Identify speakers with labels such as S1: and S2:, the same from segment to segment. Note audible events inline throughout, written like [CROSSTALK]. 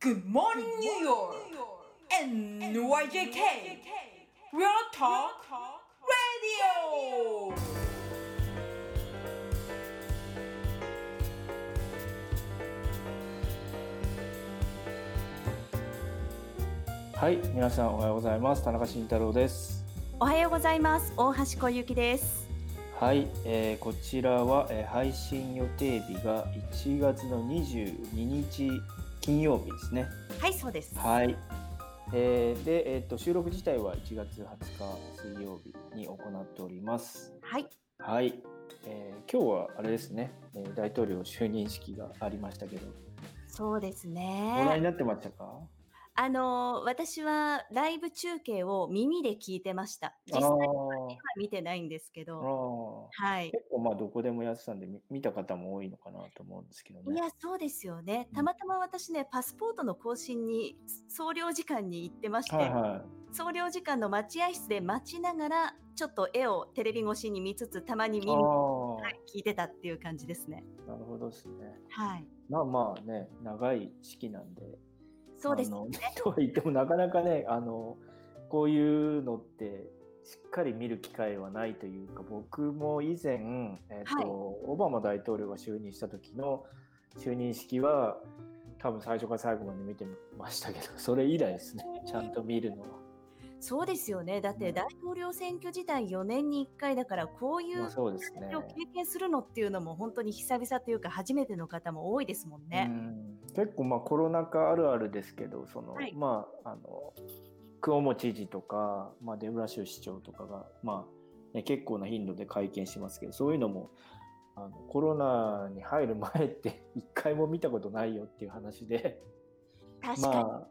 S1: Good morning, New York! NYJK! Real Talk Radio!
S2: はい、皆さんおはようございます。田中慎太郎です。
S3: おはようございます。大橋小雪です。
S2: はい、えーこちらは、えー配信予定日が1月の22日金曜日ですね。
S3: はい、そうです。
S2: はい。えーで、えーっと収録自体は1月20日水曜日に行っております。
S3: はい、
S2: はい。えー今日はあれですね、えー大統領就任式がありましたけど、
S3: そうです
S2: ご覧に
S3: ね。
S2: なってましたか
S3: あのー私はライブ中継を耳で聞いてました。実際
S2: あー
S3: は見てないんですけ
S2: あ
S3: ど、
S2: ー
S3: はい。
S2: 結構まあどこでもやってたんで見見た方も多いのかなと思うんですけどね。
S3: いや、そうですよね。たまたま私ね、パスポートの更新に総領事館に行ってまして、
S2: はいはい。
S3: 総領事館の待合室で待ちながら、ちょっと絵をテレビ越しに見つつ、たま
S2: あ
S3: に耳、
S2: あ
S3: は
S2: ー、
S3: い、聞いてたっていう感じですね。
S2: なるほどですね。
S3: はい。
S2: まあまあね、長い式なんで。
S3: そうです
S2: あ。の [LAUGHS] とは言ってもなかなかね、あの、こういうのって、しっかり見る機会はないというか、僕も以前、えっ、と、
S3: はい
S2: オバマ大統領が就任した時の就任式は、多分最初から最後まで見てましたけど、それ以来ですね、ちゃんと見るのは。
S3: そうですよね。だっ
S2: う
S3: て
S2: ん
S3: 大統領選挙自体4年に1回だから、こうい
S2: ま
S3: う
S2: あ、そうですね
S3: を。経験するのっていうのも本当に久々というか初めての方も多いですもん
S2: う
S3: ね。
S2: ん結構まあコロナ禍あるあるですけどその、
S3: はい
S2: まああの久保知事とか、まあ、デブラシュ市長とかが、まあね、結構な頻度で会見してますけどそういうのもあのコロナに入る前って一回も見たことないよっていう話で
S3: 確かに、
S2: まあ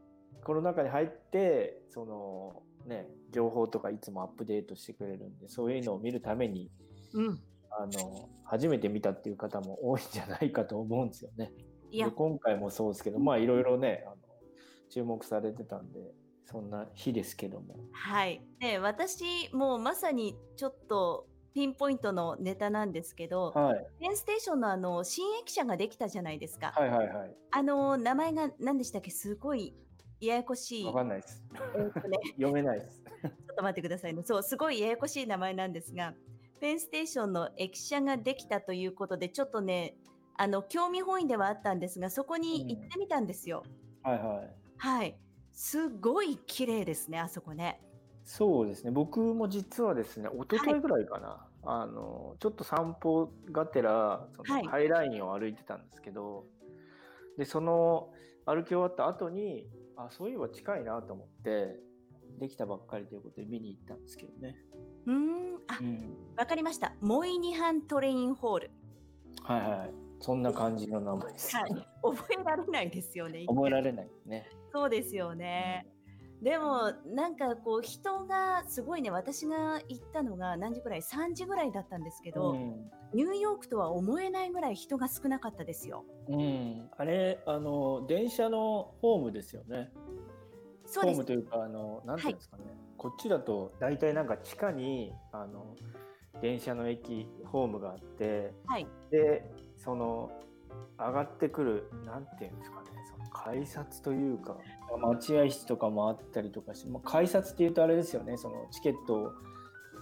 S2: コロナ禍に入ってそのね情報とかいつもアップデートしてくれるんでそういうのを見るために
S3: うん。
S2: あの初めて見たっていう方も多いんじゃないかと思うんですよね。
S3: いや
S2: で、今回もそうですけど、まあいろいろね、あの注目されてたんで、そんな日ですけども。
S3: はい。で、私、もうまさにちょっとピンポイントのネタなんですけど、
S2: はい、
S3: ペンステーションのあの、新駅舎ができたじゃないですか。
S2: はい、はい、は
S3: あの、名前が何でしたっけすごいややこし
S2: い。
S3: い。
S2: わかんないです。
S3: えーっとね
S2: 読めないです。
S3: ちょっと待ってくださいね。そう、すごいややこしい名前なんですが、ペンステーションの駅舎ができたということで、ちょっとね、あの、興味本位ではあったんですが、そこに行ってみたんですよ。
S2: はい、はい。
S3: はい。すごい綺麗ですね、あそこね。
S2: そうですね。僕も実はですね、一昨日ぐらいかな、あのちょっと散歩がてらそ
S3: は
S2: の
S3: い
S2: ハイラインを歩いてたんですけど、でその歩き終わった後に、あそういえば近いなと思って。できたばっかりということで見に行ったんですけどね。
S3: うーん、あ
S2: う、ん、
S3: わかりました。モイニハントレインホール。
S2: はいはい。そんな感じの名前です、ね。
S3: はい。覚えられないですよね。
S2: 覚えられないね。
S3: そうですよね。でも、なんかこう、人がすごいね、私が行ったのが何時ぐらい ?3 時ぐらいだったんですけど、
S2: うん
S3: ニューヨークとは思えないぐらい人が少なかったですよ。
S2: うん、あれあの電車のホームですよね。
S3: そ
S2: ホ
S3: うで
S2: ー
S3: す
S2: ム。というかあのなんていうんですかね。こっちだと大体なんか地下にあの電車の駅ホームがあって、
S3: はい。
S2: でその上がってくるなんていうんですかね。その改札というか待合室とかもあったりとかして、まあ、改札っていうとあれですよね。そのチケットを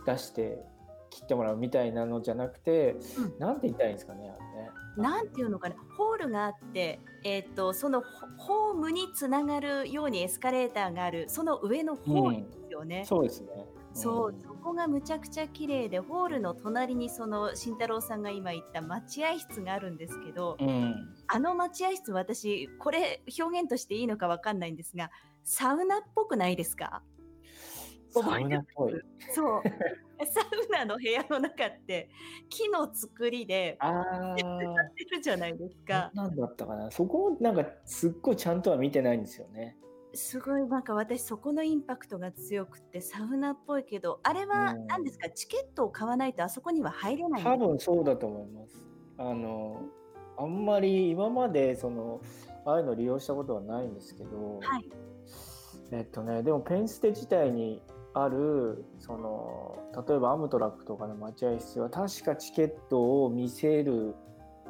S2: 出して切ってもらうみたいなのじゃなくて、
S3: う
S2: なんて言ったらいいんですかね。あれね。
S3: なんていうのかな、ホールがあって、えっ、と、そのホホームにつながるようにエスカレーターがある、その上のホールですよね。
S2: そうですね。
S3: そう、
S2: ん
S3: そこがむちゃくちゃ綺麗で、ホールの隣にその慎太郎さんが今言った待合室があるんですけど、
S2: うん、
S3: あの待合室、私、これ表現としていいのかわかんないんですが、サウナっぽくないですか
S2: サウナっぽい。
S3: そう。 [LAUGHS] サウナの部屋の中って木の作りで
S2: ああ、
S3: 出るじゃないですか。
S2: なんだったかな。そこなんかすっごいちゃんとは見てないんですよね。
S3: すごいなんか私そこのインパクトが強くてサウナっぽいけどあれは
S2: うん
S3: 何ですか、チケットを買わないとあそこには入れない
S2: 多分そうだと思います。あの、あんまり今までそのああいうの利用したことはないんですけど、
S3: はい
S2: えっとね、でもペンステ自体にあるその例えばアムトラックとかの待合室は確かチケットを見せる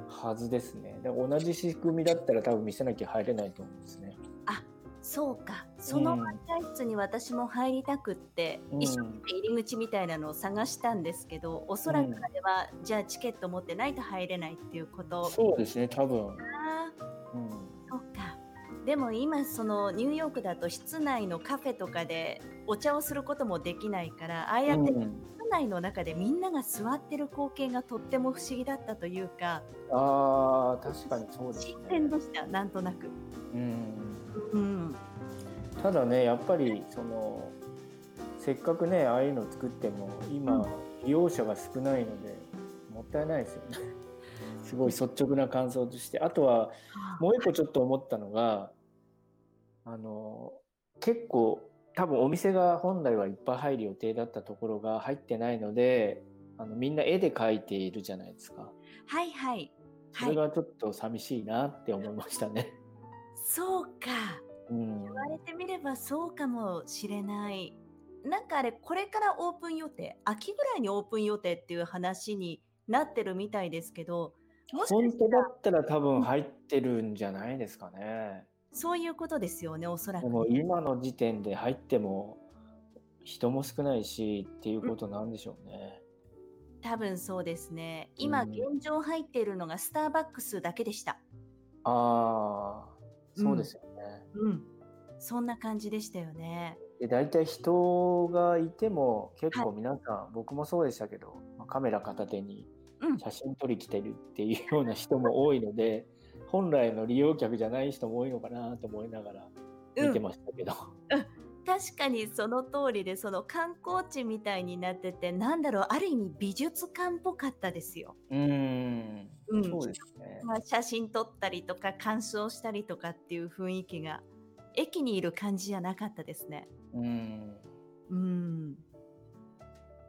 S2: はずですね。で同じ仕組みだったら多分見せなきゃ入れないと思うんですね。
S3: あそうかその待合室に私も入りたくって、
S2: うん
S3: 一生懸命入り口みたいなのを探したんですけどおそらくあれは、じゃあチケット持ってないと入れないっていうこと
S2: そうですね、多分。
S3: あ
S2: うん。
S3: ーそうかでも今そのニューヨークだと室内のカフェとかでお茶をすることもできないからああやって
S2: うん
S3: 室内の中でみんなが座ってる光景がとっても不思議だったというか
S2: ああ、確かにそうです
S3: 新
S2: ね。
S3: 鮮でしたなんとなく。
S2: うん。
S3: うん
S2: ただねやっぱりそのせっかくねああいうの作っても今、
S3: うん
S2: 利用者が少ないのでもったいないですよ
S3: [LAUGHS]
S2: ねすごい率直な感想としてあとはもう一個ちょっと思ったのがあの結構多分お店が本来はいっぱい入る予定だったところが入ってないのであのみんな絵で描いているじゃないですか
S3: はいはいは
S2: それ
S3: い
S2: がちょっと寂しいなって思いました
S3: [LAUGHS]
S2: ね、
S3: そうか
S2: うん
S3: 言われてみればそうかもしれない。なんかあれ、これからオープン予定、秋ぐらいにオープン予定っていう話になってるみたいですけど、もしか
S2: 本
S3: した
S2: 当だ
S3: ら
S2: ったら多分入ってるんじゃないですかね。
S3: そういうことですよね、おそら
S2: で
S3: く。
S2: も今の時点で入っても人も少ないしっていうことなんでしょうね。
S3: 多分そうですね。
S2: う
S3: 今、
S2: ん
S3: 現状入っているのがスターバックスだけでした。
S2: ああ、そうですよね。
S3: うん。そんな感じでしたよね。
S2: で大体人がいても結構皆さん、僕もそうでしたけど、まあカメラ片手に
S3: うん
S2: 写真撮り来てるっていうような人も多いので、本来の利用客じゃない人も多いのかなと思いながら
S3: う
S2: 見
S3: ん
S2: てましたけど。
S3: 確かにその通りで、その観光地みたいになってて、なんだろう、ある意味美術館っぽかったですよ。
S2: うーん、
S3: うん
S2: そうですね。
S3: まあ、写真撮ったりとか鑑賞したりとかっていう雰囲気が駅にいる感じじゃなかったですね。
S2: うん
S3: うん、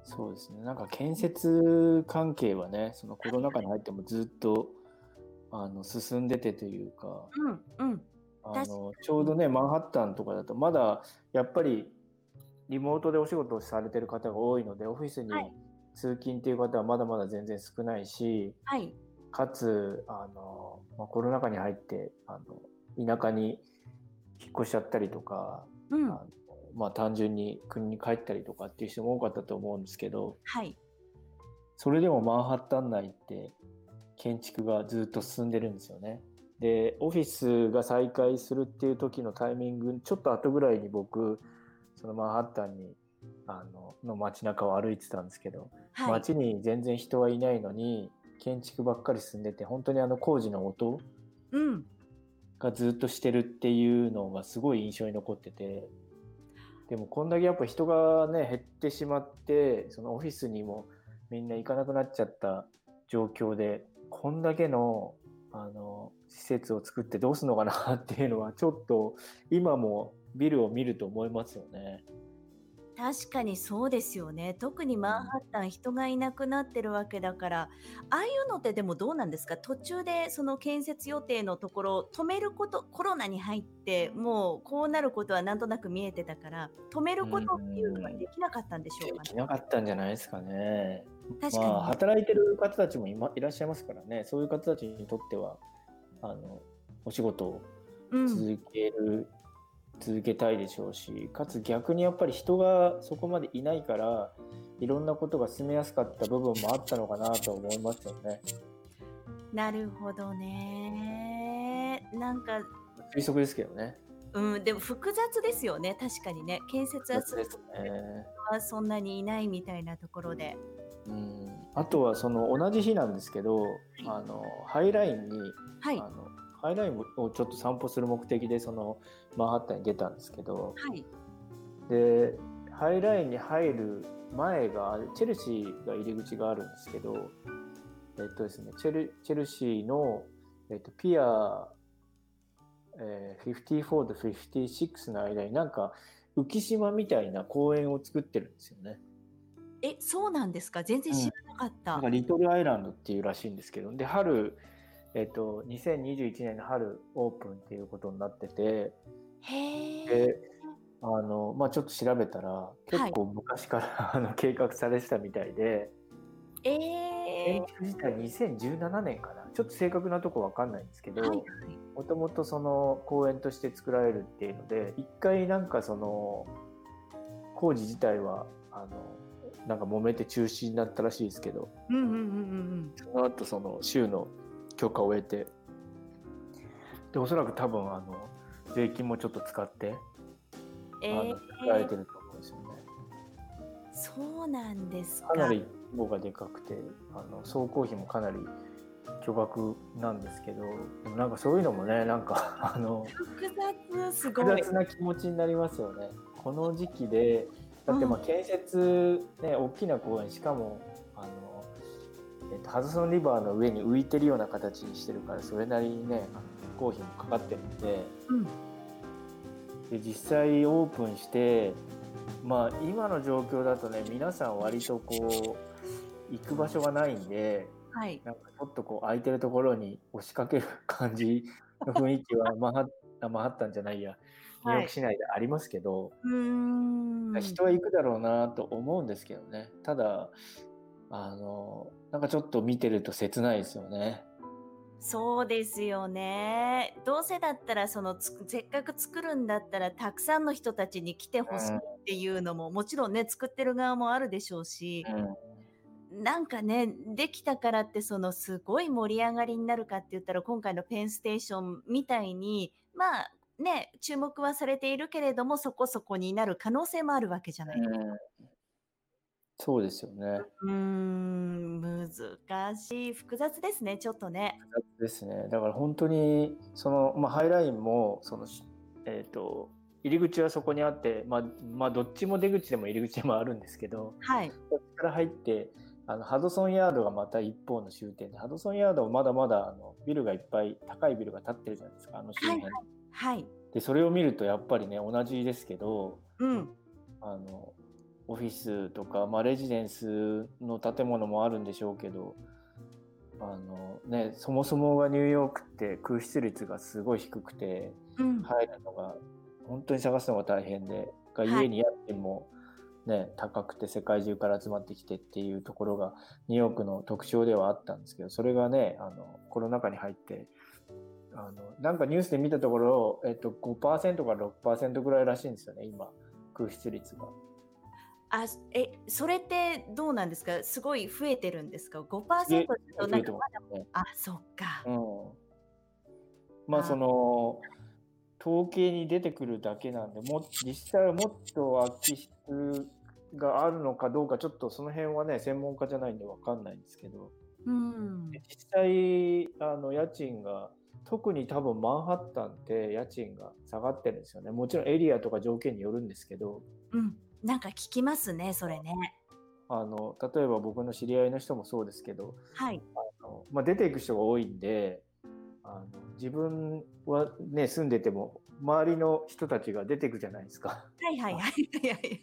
S2: そうですね。なんか建設関係はね、そのコロナ禍に入ってもずっとあの進んでてというか、
S3: うん、うん、
S2: あ
S3: 確か
S2: のちょうどねマンハッタンとかだとまだやっぱりリモートでお仕事をされてる方が多いので、オフィスに
S3: はい
S2: 通勤っていう方はまだまだ全然少ないし、
S3: はい、
S2: かつあのまあコロナ禍に入ってあの田舎に引っ越しちゃったりとか、
S3: うん、
S2: あのまあ単純に国に帰ったりとかっていう人も多かったと思うんですけど。
S3: はい、
S2: それでもマンハッタン内って建築がずっと進んでるんですよね。でオフィスが再開するっていう時のタイミングちょっと後ぐらいに僕そのマンハッタンにあのの街中を歩いてたんですけど、
S3: はい、
S2: 街に全然人はいないのに建築ばっかり進んでて本当にあの工事の音
S3: うん、
S2: がずっとしてるっていうのがすごい印象に残っててでもこんだけやっぱ人がね減ってしまってそのオフィスにもみんな行かなくなっちゃった状況でこんだけのあの施設を作ってどうすんのかなっていうのはちょっと今もビルを見ると思いますよね。
S3: 確かにそうですよね。特にマンハッタン人がいなくなってるわけだから、ああいうのってでもどうなんですか途中でその建設予定のところを止めること、コロナに入ってもうこうなることはなんとなく見えてたから、止めることっていうのはできなかったんでしょ
S2: で
S3: うかね
S2: き。なかったんじゃないですかね。
S3: 確
S2: まあ、
S3: かに。
S2: 働いてる方たちも今いらっしゃいますからねそういう方たちにとってはあのお仕事を
S3: うん、
S2: 続ける、続けたいでしょうしかつ逆にやっぱり人がそこまでいないからいろんなことが進めやすかった部分もあったのかなと思いますよね
S3: なるほどね。なんか、
S2: 推測ですけどね
S3: うん、でも複雑ですよね、確かにね。建設は
S2: 夏
S3: する
S2: ですね
S3: はそんなにいないみたいなところで。
S2: うんあとはその同じ日なんですけどあのハイラインに
S3: はい、
S2: あ
S3: は
S2: のハイラインをちょっと散歩する目的でそのマンハッタンに出たんですけど
S3: い、
S2: でハイラインに入る前がチェルシーが入り口があるんですけど、えっとですね、チェルチェルシーの、えっと、ピア、えー、54と56の間になんか浮島みたいな公園を作ってるんですよね。
S3: え、そうなんですか全然知らなかった。
S2: なんかリトルアイランドっていうらしいんですけどで春、えっと、2021年の春オープンっていうことになってて。
S3: へえ。
S2: であのまあ、ちょっと調べたら結構昔から、 [LAUGHS] あの計画されてたみたいで
S3: え
S2: 建
S3: ー、
S2: 築自体2017年かなちょっと正確なとこわかんないんですけど、
S3: はいはい
S2: もともとその公園として作られるっていうので一回なんかその工事自体はあのなんか揉めて中止になったらしいですけど
S3: うんうんうんうん
S2: その後その州の許可を得てでおそらく多分あの税金もちょっと使って、
S3: え
S2: あ
S3: ー
S2: の作られてると思うんですよね。
S3: そうなんですか
S2: かなり規模がでかくてあの総工費もかなり巨額なんですけどでもなんかそういうのもねなんかあの
S3: 複雑すご
S2: 複
S3: い
S2: 雑な気持ちになりますよね。この時期でだってまあ
S3: う
S2: 建設、ね、大きな公園しかもあの、えっとハドソンリバーの上に浮いてるような形にしてるからそれなりにね工費もかかってるんで
S3: うん
S2: で実際オープンしてまあ今の状況だとね皆さん割とこう行く場所がないんで
S3: はい
S2: なんかちょっとこう空いてるところに押しかける [LAUGHS] 感じの雰囲気はマンハッタンマンハッタンじゃないやニューヨーク市内でありますけど、
S3: うーん
S2: 人は行くだろうなと思うんですけどねただあのなんかちょっと見てると切ないですよね。
S3: そうですよね。どうせだったらそのつくせっかく作るんだったらたくさんの人たちに来てほしいっていうのも、もちろんね作ってる側もあるでしょうし、なんかねできたからってそのすごい盛り上がりになるかって言ったら今回のペンステーションみたいにまあね注目はされているけれどもそこそこになる可能性もあるわけじゃないですか。
S2: そうですよね。
S3: うーん難しい複雑ですねちょっとね。
S2: ですね。だから本当にそのまあハイラインもそのしえっ、と入り口はそこにあって、まあまあどっちも出口でも入り口でもあるんですけど、
S3: はい。
S2: こっちから入ってあのハドソンヤードがまた一方の終点で、ハドソンヤードもまだまだあのビルがいっぱい高いビルが建ってるじゃないですかあの周辺。
S3: はいはい。
S2: でそれを見るとやっぱりね同じですけど、
S3: うん。
S2: あのオフィスとか、まあ、レジデンスの建物もあるんでしょうけどあの、ね、そもそもがニューヨークって空室率がすごい低くて
S3: うん。
S2: 入るのが本当に探すのが大変でが
S3: はい
S2: 家に家賃も、ね、高くて世界中から集まってきてっていうところがニューヨークの特徴ではあったんですけどそれがねあのコロナ禍に入って。あのなんかニュースで見たところ、えっと、5%から6%ぐらいらしいんですよね今空室率が。
S3: あ、え、それってどうなんですかすごい増えてるんですか ?5% だ
S2: 増え
S3: と
S2: 増
S3: な
S2: え
S3: ん
S2: て
S3: か
S2: ま
S3: ますだ、
S2: ね
S3: あ、そっか
S2: う。ん、まあ
S3: あー
S2: その統計に出てくるだけなんでも実際はもっと空き室があるのかどうかちょっとその辺はね専門家じゃないんで分かんないんですけど
S3: うん。
S2: 実際あの家賃が特に多分マンハッタンって家賃が下がってるんですよねもちろんエリアとか条件によるんですけど
S3: うん。なんか聞きますね、それね。
S2: あの例えば僕の知り合いの人もそうですけど
S3: はい。
S2: あのまあ、出ていく人が多いんであの自分はね住んでても周りの人たちが出ていくじゃないですか。
S3: はいはいはいはいはい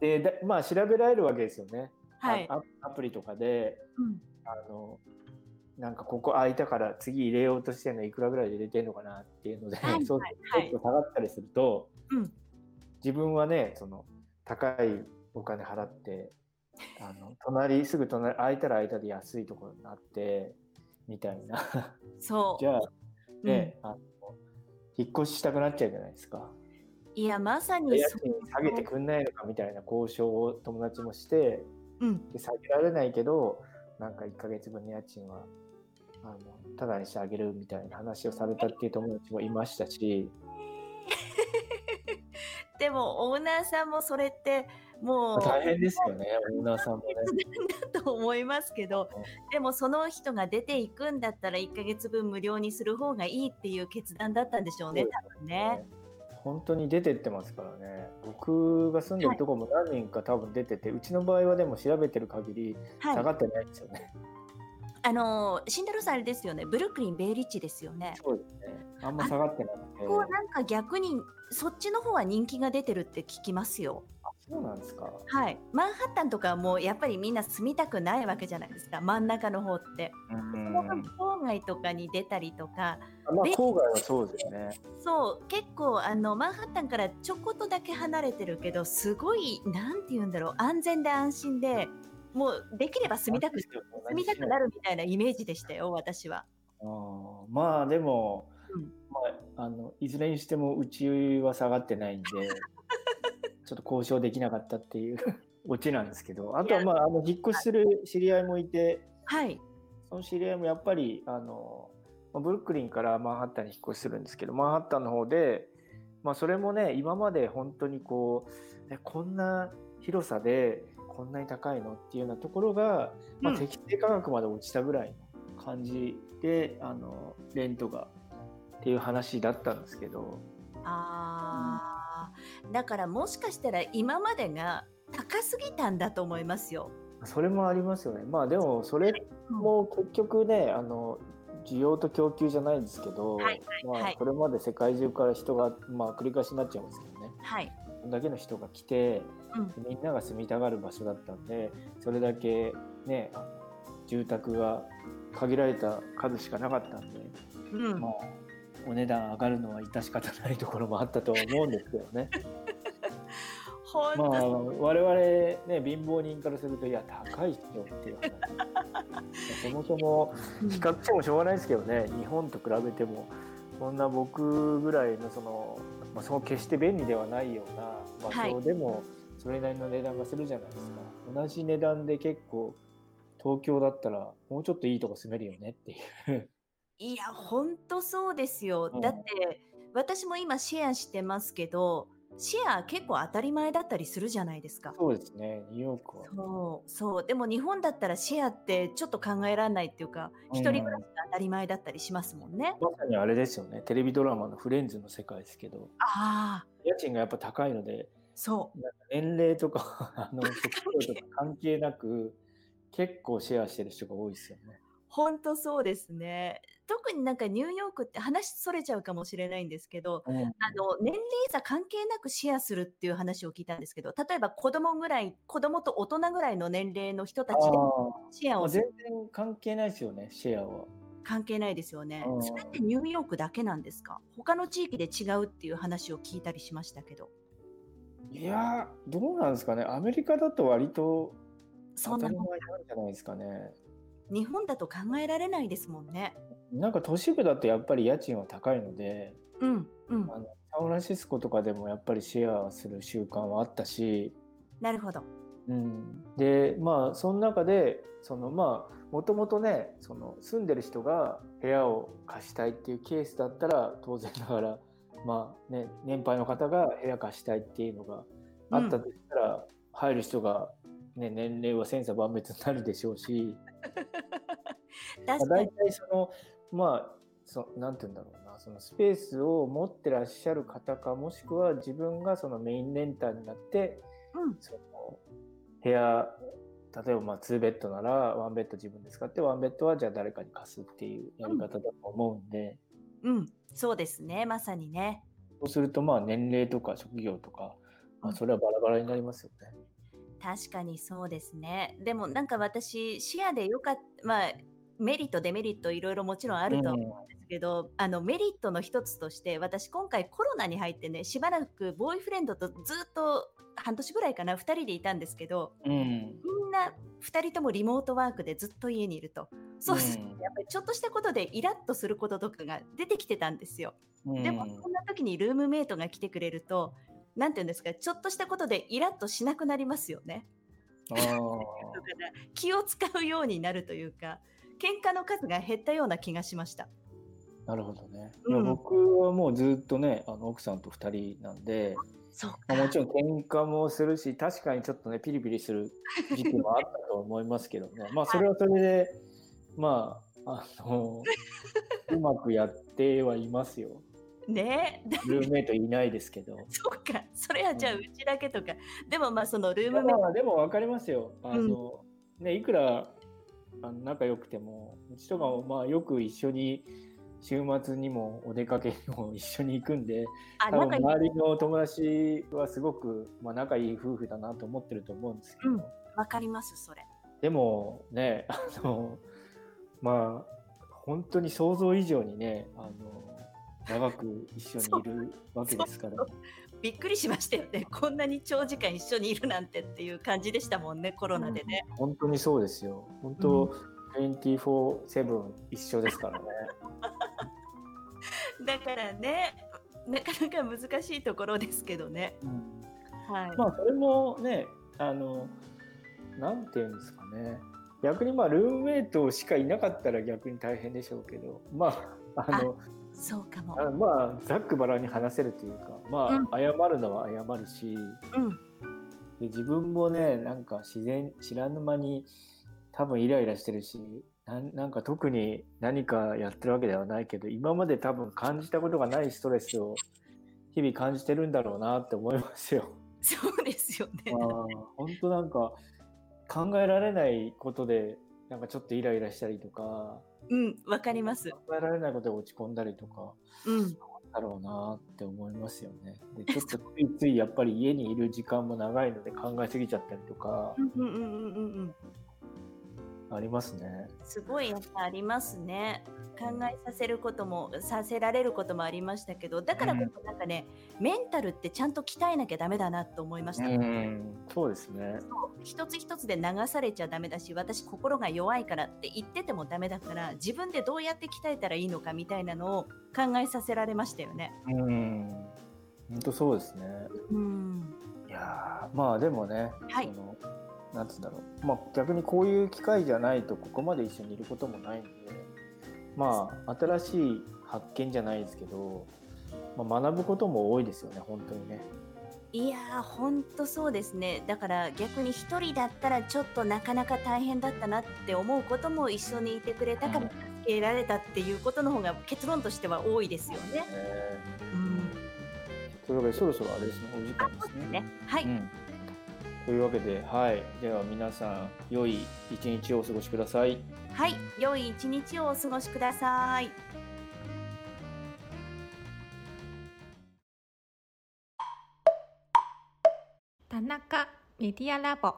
S2: でだまあ調べられるわけですよね。
S3: はい。はい。
S2: あアアプリとかで
S3: うん
S2: あのなんかここ空いたから次入れようとしてるのいくらぐらいで入れてるのかなっていうので、
S3: はいはい
S2: そう
S3: はい
S2: ちょっと下がったりすると、
S3: うん
S2: 自分はねその高いお金払ってあの隣すぐ隣空いたら空いたで安いところになってみたいな。
S3: そ
S2: じゃあ
S3: う。
S2: ね、あの引っ越ししたくなっちゃうじゃないですか。
S3: うん、いや、まさに
S2: 家
S3: そ
S2: 賃下げてくんないのかみたいな交渉を友達もして
S3: う。うん。
S2: で下げられないけどなんか1ヶ月分の家賃はあのただにしてあげるみたいな話をされたっていう友達もいましたし
S3: でも、オーナーさんもそれって、もう、
S2: 大変ですよねオーナーさんもね。
S3: だと思いますけど
S2: うん、
S3: でもその人が出ていくんだったら1ヶ月分無料にする方がいいっていう決断だったんでしょうね、
S2: そう
S3: 多分ね。
S2: 本当に出てってますからね僕が住んでるとこも何人か多分出てて、うちの場合はでも調べてる限り下
S3: は
S2: が
S3: い。
S2: ってないんですよね。
S3: あのー、慎太郎さんあれですよね、ブルックリンベイリッチですよね。
S2: そうですねあんま下がってなくて
S3: こうなんか逆にそっちの方は人気が出てるって聞きますよ。
S2: そうなんですか。
S3: はい。マンハッタンとかはもうやっぱりみんな住みたくないわけじゃないですか、真ん中の方って。
S2: うん
S3: その分郊外とかに出たりとか、
S2: まあ、郊外はそうですよね。
S3: そう結構あのマンハッタンからちょこっとだけ離れてるけどすごいなんて言うんだろう安全で安心でもうできれば住みたく
S2: 同じ
S3: 住みたくなるみたいなイメージでしたよ私は。
S2: まあでも、
S3: うん
S2: まあ、あのいずれにしてもうちは下がってないん
S3: [LAUGHS]
S2: でちょっと交渉できなかったっていう [LAUGHS] オチなんですけどあとはまああの引っ越しする知り合いもいて
S3: はい。
S2: その知り合いもやっぱりあのまあブルックリンからマンハッタンに引っ越しするんですけどマンハッタンの方で、まあ、それもね今まで本当にこうえこんな広さでこんなに高いのっていうようなところが、まあ、
S3: うん
S2: 適正価格まで落ちたぐらいの感じで、あのレントがっていう話だったんですけど
S3: ああ、だからもしかしたら今までが高すぎたんだと思いますよ。
S2: それもありますよねまあでもそれも結局ねあの需要と供給じゃないですけど、
S3: はいはい
S2: まあ、これまで世界中から人が、まあ、繰り返しになっちゃいますけどね
S3: はい。
S2: こんだけの人が来て、みんなが住みたがる場所だったんでそれだけねあの住宅が限られた数しかなかったんで、
S3: うん。
S2: まあ、お値段上がるのは致し方ないところもあったとは思うんですけどね
S3: 本
S2: まあ
S3: 当、
S2: 我々ね貧乏人からするといや高いっすよっていう話そもそも
S3: うん
S2: 比較してもしょうがないですけどね日本と比べてもそんな僕ぐらいのその、まあ、その決して便利ではないような場
S3: は
S2: 所
S3: い
S2: でもそれなりの値段がするじゃないですか、同じ値段で結構東京だったらもうちょっといいとこ住めるよねっていう
S3: いや、本当そうですよ。
S2: うん
S3: だって私も今シェアしてますけど、シェア結構当たり前だったりするじゃないですか。
S2: そうですねニューヨークは
S3: そう、そう。でも日本だったらシェアってちょっと考えられないっていうか、
S2: うん
S3: 一人暮らしが当たり前だったりしますもんね。
S2: まさにあれですよねテレビドラマの「フレンズ」の世界ですけど
S3: ああ、
S2: 家賃がやっぱ高いので
S3: そう。
S2: 年齢とか [LAUGHS] あ
S3: [LAUGHS]
S2: の職業とか関係なく結構シェアしてる人が多いですよね。
S3: 本当そうですね。特になんかニューヨークって話それちゃうかもしれないんですけど、あの、年齢差関係なくシェアするっていう話を聞いたんですけど、例えば子供ぐらい、子供と大人ぐらいの年齢の人たちで
S2: あー
S3: シェア
S2: も
S3: を
S2: う
S3: す
S2: 全
S3: る
S2: 然関係ないですよね、シェアは。
S3: 関係ないですよね
S2: う。ん
S3: それってニューヨークだけなんですか他の地域で違うっていう話を聞いたりしましたけど。
S2: いやー、どうなんですかね、アメリカだと割と
S3: そ
S2: 当
S3: ん
S2: た
S3: な
S2: り
S3: もん
S2: 前なんじゃないですかね。
S3: 日本だと考えられないですもんね。
S2: なんか都市部だとやっぱり家賃は高いので、
S3: うん、うん
S2: あ。のサンフランシスコとかでもやっぱりシェアする習慣はあったし、
S3: なるほど。
S2: うん、で、まあ、その中で、そのまあ、もともとね、その住んでる人が部屋を貸したいっていうケースだったら、当然ながら、 [LAUGHS] まあね、年配の方が部屋貸したいっていうのがあったとしたら、入る人が、ね、年齢は千差万別になるでしょうし、まあ、
S3: 確か
S2: 大
S3: に。
S2: 体そのまあそなんて言うんだろうなそのスペースを持ってらっしゃる方かもしくは自分がそのメインレンターになって
S3: うん、
S2: その部屋例えばまあ2ベッドなら1ベッド自分で使って1ベッドはじゃあ誰かに貸すっていうやり方だと思うんで、
S3: うん。そうですね。まさにね。
S2: そうするとまあ年齢とか職業とか、まあ、それはバラバラになりますよね。
S3: 確かにそうですね。でもなんか私、視野でよかった、まあ、メリット、デメリット、いろいろもちろんあるとは思うんですけど、あの、メリットの一つとして、私今回コロナに入ってね、しばらくボーイフレンドとずっと半年ぐらいかな、二人でいたんですけど、
S2: うん
S3: みんな二人ともリモートワークでずっと家にいると。そうすると
S2: うん
S3: やっぱりちょっとしたことでイラッとすることとかが出てきてたんですよ。
S2: うん
S3: でもそんな時にルームメイトが来てくれると、なんて言うんですか、ちょっとしたことでイラッとしなくなりますよね。
S2: あー
S3: だから気を使うようになるというか、喧嘩の数が減ったような気がしました。
S2: なるほどね。い
S3: うん
S2: や僕はもうずっとねあの奥さんと2人なんで、
S3: そう
S2: まあもちろん喧嘩もするし確かにちょっとねピリピリする時期もあったと思いますけどね
S3: [LAUGHS]
S2: まあそれはそれでまああの [LAUGHS] うまくやってはいますよ
S3: ねえ、だ
S2: ルームメイトいないですけ
S3: [LAUGHS]
S2: ど
S3: そうか、それはじゃあ
S2: う
S3: うんちだけとか、でもまあそのルー
S2: ま
S3: ム
S2: あ
S3: メイ
S2: まあでも分かりますよあの、ねいくらあの仲良くてもうちとかもまあよく一緒に週末にもお出かけにも一緒に行くんで
S3: ト、あ、
S2: 多
S3: 仲い
S2: 分
S3: い、
S2: 周りの友達はすごく、まあ、仲いい夫婦だなと思ってると思うんですけど、
S3: うんわかります、それ。
S2: でもねあのまあ本当に想像以上にねあの長く一緒にいるわけですから
S3: そうびっくりしましたよね。こんなに長時間一緒にいるなんてっていう感じでしたもんね、コロナでね。
S2: 本当にそうですよ本当、24-7一緒ですからね
S4: だからね、なかなか難しいところですけどね。
S2: うん
S4: はい。
S2: まあそれもねあのなんていうんですかね逆にまあルームメイトしかいなかったら逆に大変でしょうけどまああの
S4: そうかも。
S2: あまあざっくばらんに話せるというかまあ、
S4: うん
S2: 謝るのは謝るし
S4: うん。
S2: で自分もねなんか自然知らぬ間に多分イライラしてるしなんなんか特に何かやってるわけではないけど今まで多分感じたことがないストレスを日々感じてるんだろうなって思いま
S4: [LAUGHS]
S2: すよ。
S4: そうですよね。
S2: あー本当なんか考えられないことでなんかちょっとイライラしたりとか考
S4: うん、わかります。
S2: えられないことで落ち込んだりとか
S4: うん。
S2: だろうなって思いますよね。でちょっと [LAUGHS] ついついやっぱり家にいる時間も長いので考えすぎちゃったりとか
S4: うんうんうんうんうんうん。
S2: ありますね。
S4: すごいやっぱありますね。考えさせることもさせられることもありましたけど、だからこそなんかね、メンタルってちゃんと鍛えなきゃダメだなと思いました。
S2: うん、そうですね。
S4: 一つ一つで流されちゃダメだし、私心が弱いからって言っててもダメだから、自分でどうやって鍛えたらいいのかみたいなのを考えさせられましたよね。
S2: うん、本当そうですね。
S4: うん。
S2: いやーまあでもね、
S4: はい
S2: そのなんつうんだろう、まあ、逆にこういう機会じゃないとここまで一緒にいることもないんでまあ新しい発見じゃないですけど、まあ、学ぶことも多いですよね本当にね。
S4: いやー、ほんとそうですね。だから逆に一人だったらちょっとなかなか大変だったなって思うことも一緒にいてくれたから
S2: うん
S4: 助けられたっていうことの方が結論としては多いですよね。うん。
S2: というわけでそろそろあれですねお時間ですね。
S4: ねはい。
S2: うんというわけで、はい、では皆さん良い一日をお過ごしください。
S4: はい。良い一日をお過ごしください。
S5: 田中メディアラボ